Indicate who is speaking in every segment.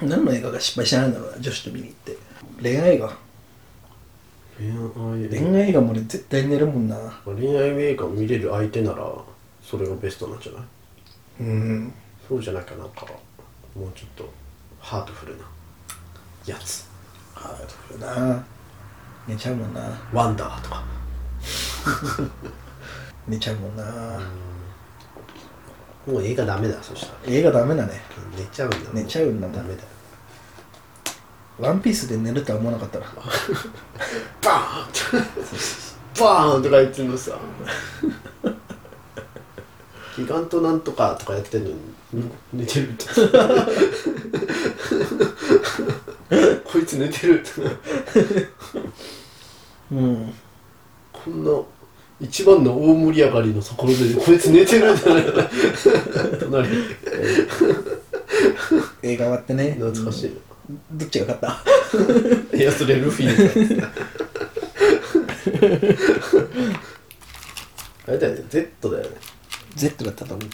Speaker 1: 何の映画が失敗しないんだろうな女子と見に行って恋愛映画
Speaker 2: 恋愛映
Speaker 1: 恋愛映画も俺絶対寝るもんな
Speaker 2: 画恋愛映画を見れる相手ならそれがベストなんじゃない
Speaker 1: うん
Speaker 2: そうじゃなきゃなんかもうちょっとハートフルなやつ
Speaker 1: ハードフルな寝ちゃうもんな
Speaker 2: ワンダーとか
Speaker 1: 寝ちゃうもんな、
Speaker 2: もう映画ダメだそしたら
Speaker 1: 映画ダメだね
Speaker 2: 寝ちゃうんだもん
Speaker 1: 寝ちゃうんだもん
Speaker 2: ダメだよ
Speaker 1: ワンピースで寝るとは思わなかったな
Speaker 2: バーンバーンとか言ってんのさギガンとなんとかとかやってんのに寝て るってこいつ寝てるって
Speaker 1: うん
Speaker 2: こんな一番の大盛り上がりのところでこいつ寝てるんだね隣
Speaker 1: 映画終わってね
Speaker 2: 懐かしい
Speaker 1: どっちが勝っ
Speaker 2: な、いやそれルフィのやつあれだよね Z だよね
Speaker 1: た Z だったと思う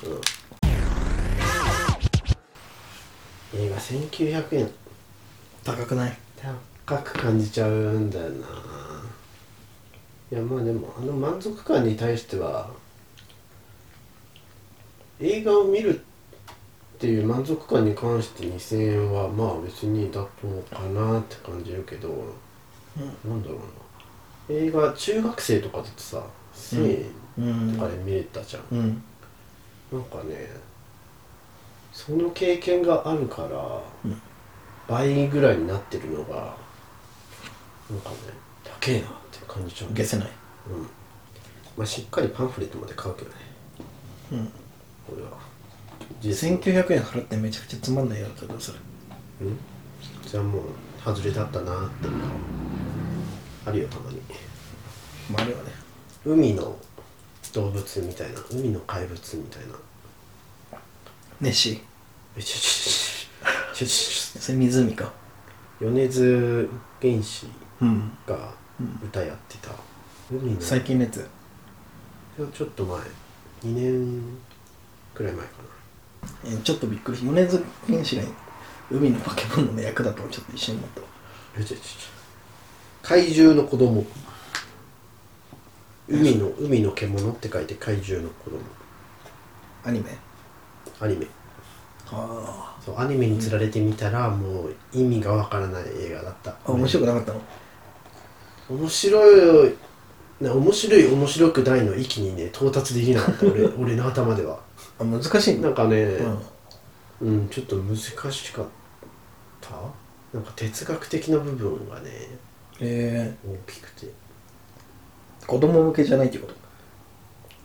Speaker 2: うん映画1900円
Speaker 1: 高くない
Speaker 2: 高く感じちゃうんだよな。いやまあでもあの満足感に対しては映画を見るっていう満足感に関して2000円はまあ別に妥当かなって感じるけど、なんだろうな映画中学生とかだとさ
Speaker 1: う
Speaker 2: 1000円とか
Speaker 1: ん
Speaker 2: で見れたじゃん
Speaker 1: うん
Speaker 2: なんかねその経験があるから、
Speaker 1: うん
Speaker 2: 倍ぐらいになってるのがなんかね高えなって感じちゃう
Speaker 1: 消せない
Speaker 2: うんまあしっかりパンフレットまで買うけどね
Speaker 1: うん
Speaker 2: これは
Speaker 1: 1900円払ってめちゃくちゃつまんないよだどうする
Speaker 2: うんじゃあもう外れだったなってのがあるよたまに
Speaker 1: まああれはね
Speaker 2: 海の動物みたいな海の怪物みたいな
Speaker 1: ネッシ
Speaker 2: えちょちょちょちょちょち
Speaker 1: ーそれ湖か
Speaker 2: ょ米津玄師
Speaker 1: うん
Speaker 2: が歌やってた、海の
Speaker 1: 最近のやつ
Speaker 2: ちょっと前2年くらい前か
Speaker 1: えーちょっとびっくりし米津玄師が海の化け物の役だとちょっと一瞬思ったわ
Speaker 2: なえちょちょちょ怪獣の子供海の海の獣って書いて怪獣の子供
Speaker 1: アニメ
Speaker 2: アニメ
Speaker 1: あ
Speaker 2: そうアニメにつられてみたらもう意味がわからない映画だった
Speaker 1: あ面白くなかったの
Speaker 2: 面白いな面白い面白くないの域にね到達できなかった俺俺の頭では
Speaker 1: あ難しいんだ
Speaker 2: なんかね、
Speaker 1: うん
Speaker 2: うん、ちょっと難しかったなんか哲学的な部分がね
Speaker 1: え
Speaker 2: 大きくてい
Speaker 1: ー、子供向けじゃないってこ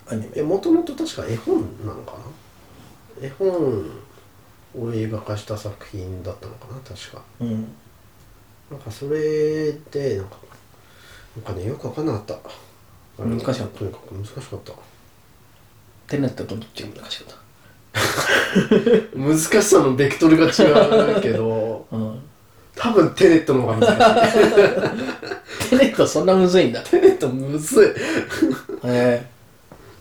Speaker 1: とアニメ
Speaker 2: やもともと確か絵本なのかな絵本を映画化した作品だったのかな確か
Speaker 1: うん
Speaker 2: なんかそれでなんかなんかねよく分かんなかったあれ
Speaker 1: 難しかった
Speaker 2: とにかく難しかった
Speaker 1: テネットとどっちが難しかっ
Speaker 2: 難しさのベクトルが違うけど
Speaker 1: たうん
Speaker 2: 多分テネットの方が難しい
Speaker 1: テネットそんなむずいんだ
Speaker 2: テネットむずい
Speaker 1: え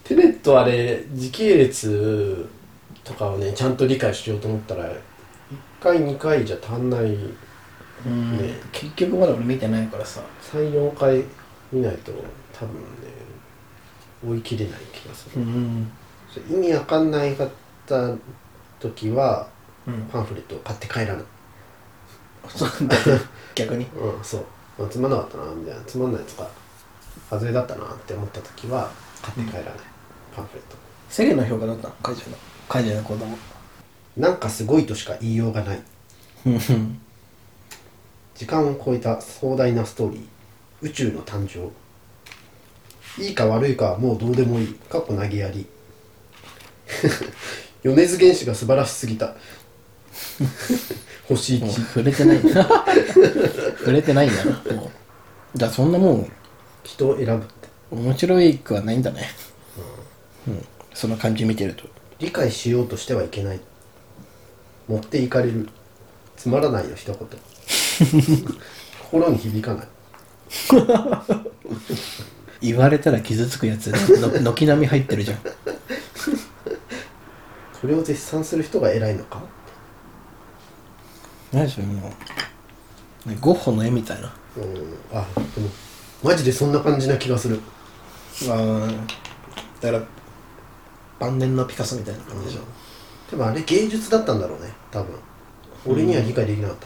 Speaker 2: テネットあれ時系列とかをねちゃんと理解しようと思ったら1回2回じゃ足んない
Speaker 1: ー、うん
Speaker 2: ね
Speaker 1: 結局まだ俺見てないからさ
Speaker 2: 34回見ないと多分ね追い切れない気がする
Speaker 1: ん
Speaker 2: そう意味わかんないかった時は
Speaker 1: うん
Speaker 2: パンフレットを買って帰らない、
Speaker 1: そうだ逆 に
Speaker 2: うん、そう、まあつまんなかったなみたいなつまんないとか外れだったなって思った時は買って帰らない、パンフレット
Speaker 1: 世間の評価だったの怪獣の怪獣の子 供
Speaker 2: なんかすごいとしか言いようがない
Speaker 1: うん
Speaker 2: 時間を超えた壮大なストーリー宇宙の誕生いいか悪いかはもうどうでもいい過去投げやり 米津玄師が素晴らしすぎた 星
Speaker 1: もう
Speaker 2: 1
Speaker 1: 触れてないんだ触れてないんだなもうじゃあそんなもん
Speaker 2: 人を選ぶって
Speaker 1: 面白いくはないんだねうんその感じ見てると
Speaker 2: 理解しようとしてはいけない持っていかれるつまらないよ一言 心に響かない
Speaker 1: 言われたら傷つくやつの 軒並み入ってるじゃん
Speaker 2: それを絶賛する人が偉いのか
Speaker 1: 何それもう、ねゴッホの絵みたいな
Speaker 2: うんあでもマジでそんな感じな気がする
Speaker 1: あだから晩年のピカソみたいな感じでしょ、
Speaker 2: でもあれ芸術だったんだろうね多分俺には理解できなかっ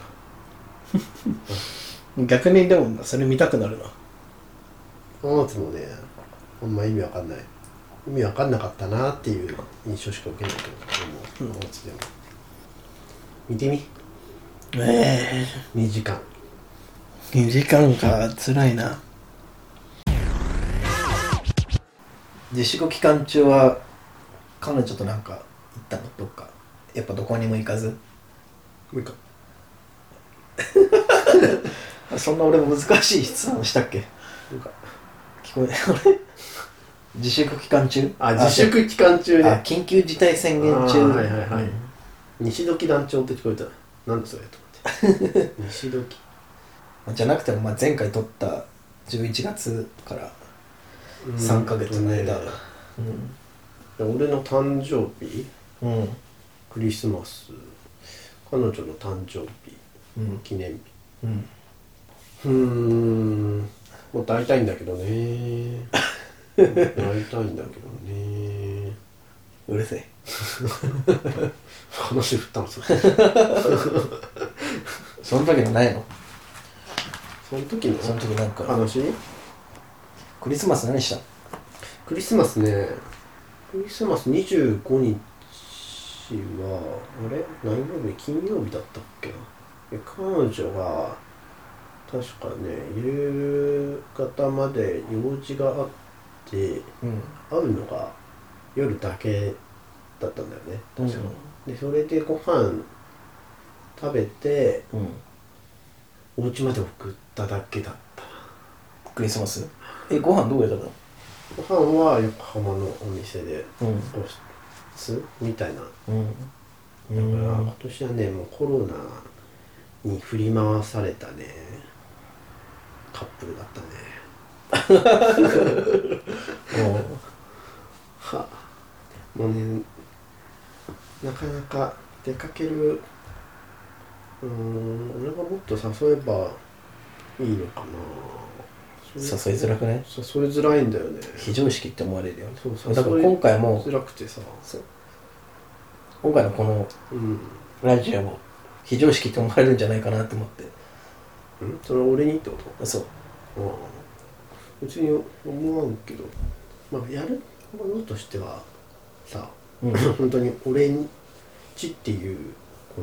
Speaker 2: た、
Speaker 1: 逆にでもそれ見たくなるな
Speaker 2: あのつもねほんま意味わかんない意味わかんなかったなっていう印象しか受けないけどもうあのつでも見てみ
Speaker 1: え
Speaker 2: 2時間
Speaker 1: え2時間か辛いな自粛期間中は彼女となんか行ったのどっかやっぱどこにも行かず
Speaker 2: もう一回
Speaker 1: そんな俺も難しい質問したっけ
Speaker 2: もう一回
Speaker 1: 聞こえない自粛期間中
Speaker 2: あ自粛期間中
Speaker 1: あ
Speaker 2: で
Speaker 1: 緊急事態宣言中
Speaker 2: あーはいはいはい
Speaker 1: うん
Speaker 2: 西時団長って聞こえたなんだそれと思って 西時
Speaker 1: じゃなくても、まあ、前回撮った11月から3ヶ月の間うん
Speaker 2: うん俺の誕生日
Speaker 1: うん
Speaker 2: クリスマス彼女の誕生日
Speaker 1: うん
Speaker 2: 記念日
Speaker 1: うん
Speaker 2: うーんもう大体んだけどね大体んだけどね
Speaker 1: うるせえ
Speaker 2: 話振ったんです よ
Speaker 1: その時のないの
Speaker 2: その時の
Speaker 1: その時なんか
Speaker 2: 話
Speaker 1: クリスマス何した
Speaker 2: クリスマスねクリスマス25日はあれ何曜日金曜日だったっけなで彼女が確かね夕方まで用事があって
Speaker 1: うん
Speaker 2: 会うのが夜だけだったんだよね
Speaker 1: うん
Speaker 2: 確か、でそれでご飯食べて
Speaker 1: うん
Speaker 2: お家まで送っただけだった
Speaker 1: クリスマスえご飯どこで食
Speaker 2: ご飯は横浜のお店で
Speaker 1: べたの
Speaker 2: 個室みたいなだか
Speaker 1: うん
Speaker 2: ら
Speaker 1: うん
Speaker 2: 今年はねもうコロナに振り回されたねカップルだったねはもうねなかなか出かけるうーん俺がもっと誘えばいいのかな
Speaker 1: 誘い
Speaker 2: それ
Speaker 1: づらくね
Speaker 2: 誘いづらいんだよね
Speaker 1: 非常識って思われるよね
Speaker 2: そう
Speaker 1: だから今回も
Speaker 2: 誘いづらくてさ
Speaker 1: そう今回のこの
Speaker 2: うん
Speaker 1: ラジオも非常識って思われるんじゃないかなと思って
Speaker 2: んそれ俺にってこと
Speaker 1: そう
Speaker 2: うん別に思わんけどまあやるものとしてはさ、
Speaker 1: うん
Speaker 2: 本当に俺んちっていうこ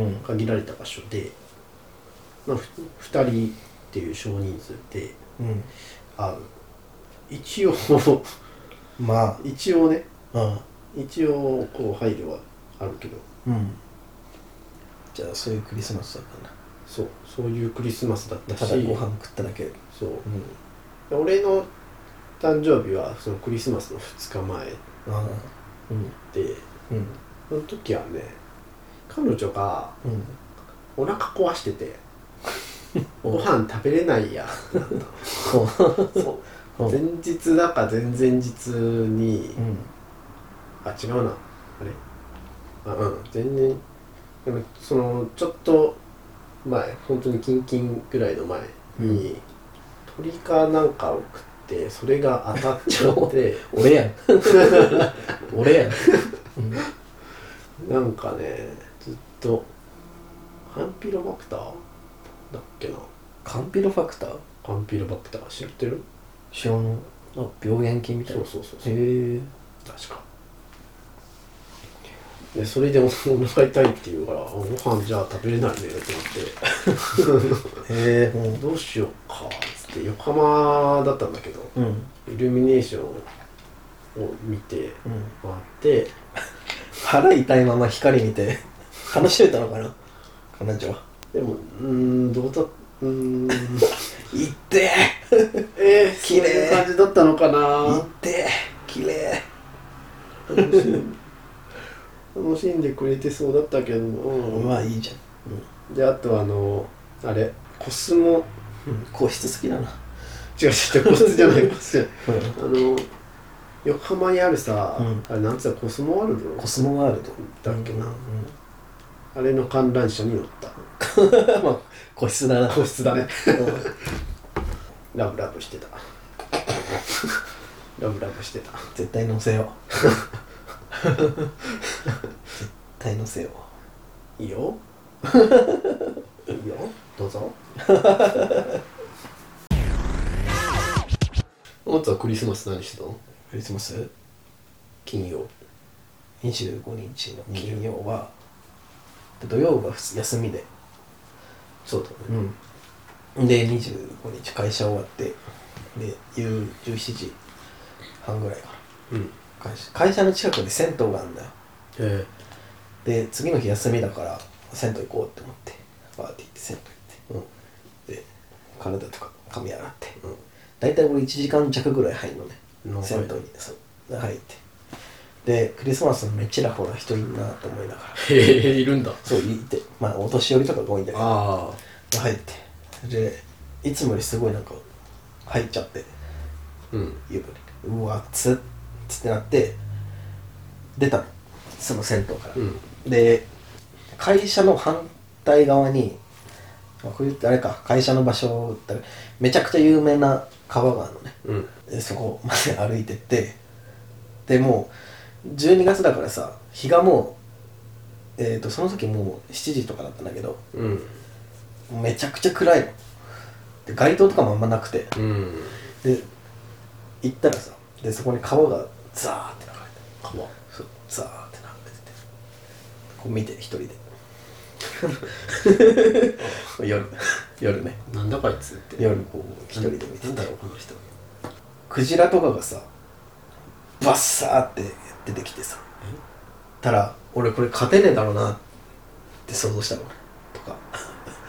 Speaker 2: の
Speaker 1: うん
Speaker 2: 限られた場所で、まあ、ふ2人っていう少人数で
Speaker 1: うん
Speaker 2: 会う一応
Speaker 1: ま
Speaker 2: 一応ね
Speaker 1: あ
Speaker 2: 一応こう配慮はあるけど
Speaker 1: うんうんじゃあそういうクリスマスだったな
Speaker 2: そうそういうクリスマスだった
Speaker 1: た
Speaker 2: し
Speaker 1: だご飯食っただけうん
Speaker 2: そうで俺の誕生日はそのクリスマスの2日前
Speaker 1: ああうん
Speaker 2: で
Speaker 1: うん
Speaker 2: その時はね彼女が
Speaker 1: うん
Speaker 2: お腹壊して てご飯食べれないやってなったのそう前日だか前々日に、
Speaker 1: うん
Speaker 2: あ違うなあれあうん全然でもそのちょっと前本当にキンキンぐらいの前に、鳥かなんかを食ってそれが当たっちゃって
Speaker 1: 俺 やん俺やん
Speaker 2: なんかねずっとカンピロバクターだっけな
Speaker 1: カンピロファクター
Speaker 2: カンピロバクター知ってる
Speaker 1: 塩のあ病原菌みたい
Speaker 2: そ
Speaker 1: な
Speaker 2: うそうそうそう
Speaker 1: へえ
Speaker 2: 確かでそれでお腹痛いって言うからあご飯じゃあ食べれないねってなって
Speaker 1: へえ
Speaker 2: どうしようかっつって横浜だったんだけど
Speaker 1: うんうん
Speaker 2: イルミネーションを見て
Speaker 1: うん
Speaker 2: 回って
Speaker 1: 腹痛いまま光見て話してたのかな彼女は
Speaker 2: でもうーんどうだうーん
Speaker 1: 「いって
Speaker 2: えー、
Speaker 1: 綺麗
Speaker 2: そういう感じだったのか
Speaker 1: えいっ
Speaker 2: な
Speaker 1: てえ綺麗
Speaker 2: 楽しん楽しんでくれてそうだったけどうん
Speaker 1: まあいいじゃん
Speaker 2: であとあのあれコスモ
Speaker 1: 皇室好きだな
Speaker 2: 違う違う個室じゃない個室じゃない
Speaker 1: うん
Speaker 2: あの横浜にあるさ、
Speaker 1: うん
Speaker 2: あれなんつうのコスモワール
Speaker 1: コスモワール
Speaker 2: ド
Speaker 1: ド
Speaker 2: だっけな、
Speaker 1: うん
Speaker 2: あれの観覧車に乗った
Speaker 1: まあ個室だな
Speaker 2: 個室だね
Speaker 1: うん
Speaker 2: ラブラブしてた ラブラブしてた
Speaker 1: 絶対乗せよう 絶対乗せよう
Speaker 2: いいよいいよどうぞおつはクリスマス何してたの
Speaker 1: クリスマス
Speaker 2: 金曜
Speaker 1: 25日の金曜は土曜が普通休みで
Speaker 2: そうだね
Speaker 1: うん、で25日会社終わってで夕17時半ぐらいか
Speaker 2: うん
Speaker 1: な会社会社の近くで銭湯があるんだよ
Speaker 2: え
Speaker 1: で次の日休みだから銭湯行こうって思ってパーティー行って銭
Speaker 2: えうん
Speaker 1: 湯行ってで体とか髪洗って
Speaker 2: うん
Speaker 1: 大体俺1時間弱ぐらい入るのね
Speaker 2: 長い
Speaker 1: 銭湯にそう入ってでクリスマスめっちらほら人いるなと思いながら
Speaker 2: へえいるんだ
Speaker 1: そういてまあお年寄りとかが多いんだけど
Speaker 2: あ
Speaker 1: 入ってでいつもよりすごいなんか入っちゃって
Speaker 2: あうん
Speaker 1: 湯船にうわ熱っつってなって出たのその銭湯から、
Speaker 2: うん
Speaker 1: で会社の反対側にあこれってあれか会社の場所だめちゃくちゃ有名な川があるのね
Speaker 2: うん
Speaker 1: でそこまで歩いてってでもう12月だからさ日がもう、えー、とその時もう7時とかだったんだけど
Speaker 2: うん
Speaker 1: めちゃくちゃ暗いので街灯とかもあんまなくて
Speaker 2: うん
Speaker 1: で行ったらさでそこに川がザーって流れて
Speaker 2: 川
Speaker 1: そうザーって流れててこう見て一 人で夜夜ね
Speaker 2: なんだこいつって
Speaker 1: 夜こう一人で見て
Speaker 2: なんだ
Speaker 1: て
Speaker 2: ろうこの人
Speaker 1: クジラとかがさバッサーって出てきてさたら俺これ勝てねえだろうなって想像したのとか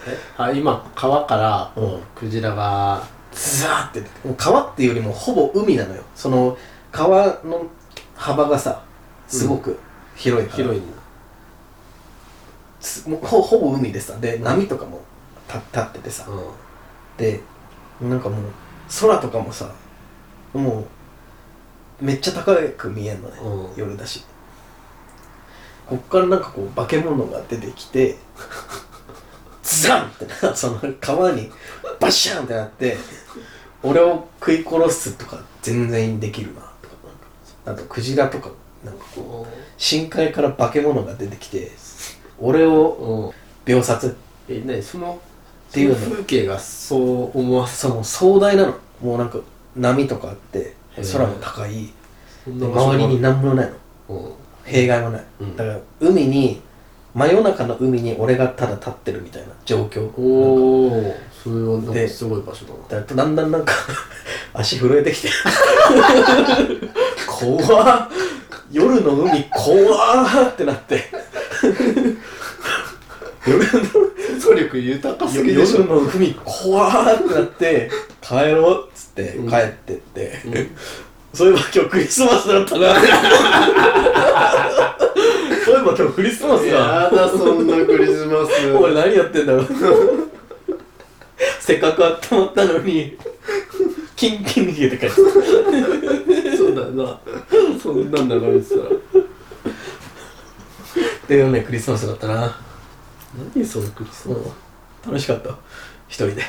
Speaker 2: えあ今川から
Speaker 1: うん
Speaker 2: クジラが
Speaker 1: ザーってもう川っていうよりもほぼ海なのよその川の幅がさすごく広いから、
Speaker 2: 広いんだ
Speaker 1: すもうほほぼ海でさで波とかもた立っててさ、
Speaker 2: うん
Speaker 1: でなんかもう空とかもさもうめっちゃ高く見えんのね、
Speaker 2: うん
Speaker 1: 夜だしこっからなんかこう化け物が出てきてザンってなその川にバシャンってなって俺を食い殺すとか全然できるなとかなんかあとクジラとかなんかこう深海から化け物が出てきて俺を
Speaker 2: うん
Speaker 1: 秒殺
Speaker 2: え何その
Speaker 1: ていうの
Speaker 2: その風景がそう思わせ
Speaker 1: その壮大なのもうなんか波とかあって
Speaker 2: へー
Speaker 1: 空も高い
Speaker 2: そん
Speaker 1: で周りに
Speaker 2: な
Speaker 1: 何もないの
Speaker 2: うん
Speaker 1: 弊害もない、
Speaker 2: うん
Speaker 1: だから海に真夜中の海に俺がただ立ってるみたいな状況なんか
Speaker 2: おおそれはなん
Speaker 1: で
Speaker 2: かすごい場所だな
Speaker 1: だからだんだんなんか 足震えてきて怖っ夜の海怖ーってな って
Speaker 2: 想像力豊か
Speaker 1: 夜の海怖ーってな って帰ろうっつって
Speaker 2: うん
Speaker 1: 帰ってって、 そういえば今日クリスマスだった なそういえば今日クリスマスだ
Speaker 2: やだそんなクリスマ ス
Speaker 1: 俺何やってんだろうせっかく温まったのにキンキンに冷えて帰ってき
Speaker 2: そうだなそんなんだから言ってたら
Speaker 1: たっていうねクリスマスだったな
Speaker 2: 何そのクリス
Speaker 1: そう楽しかった一人で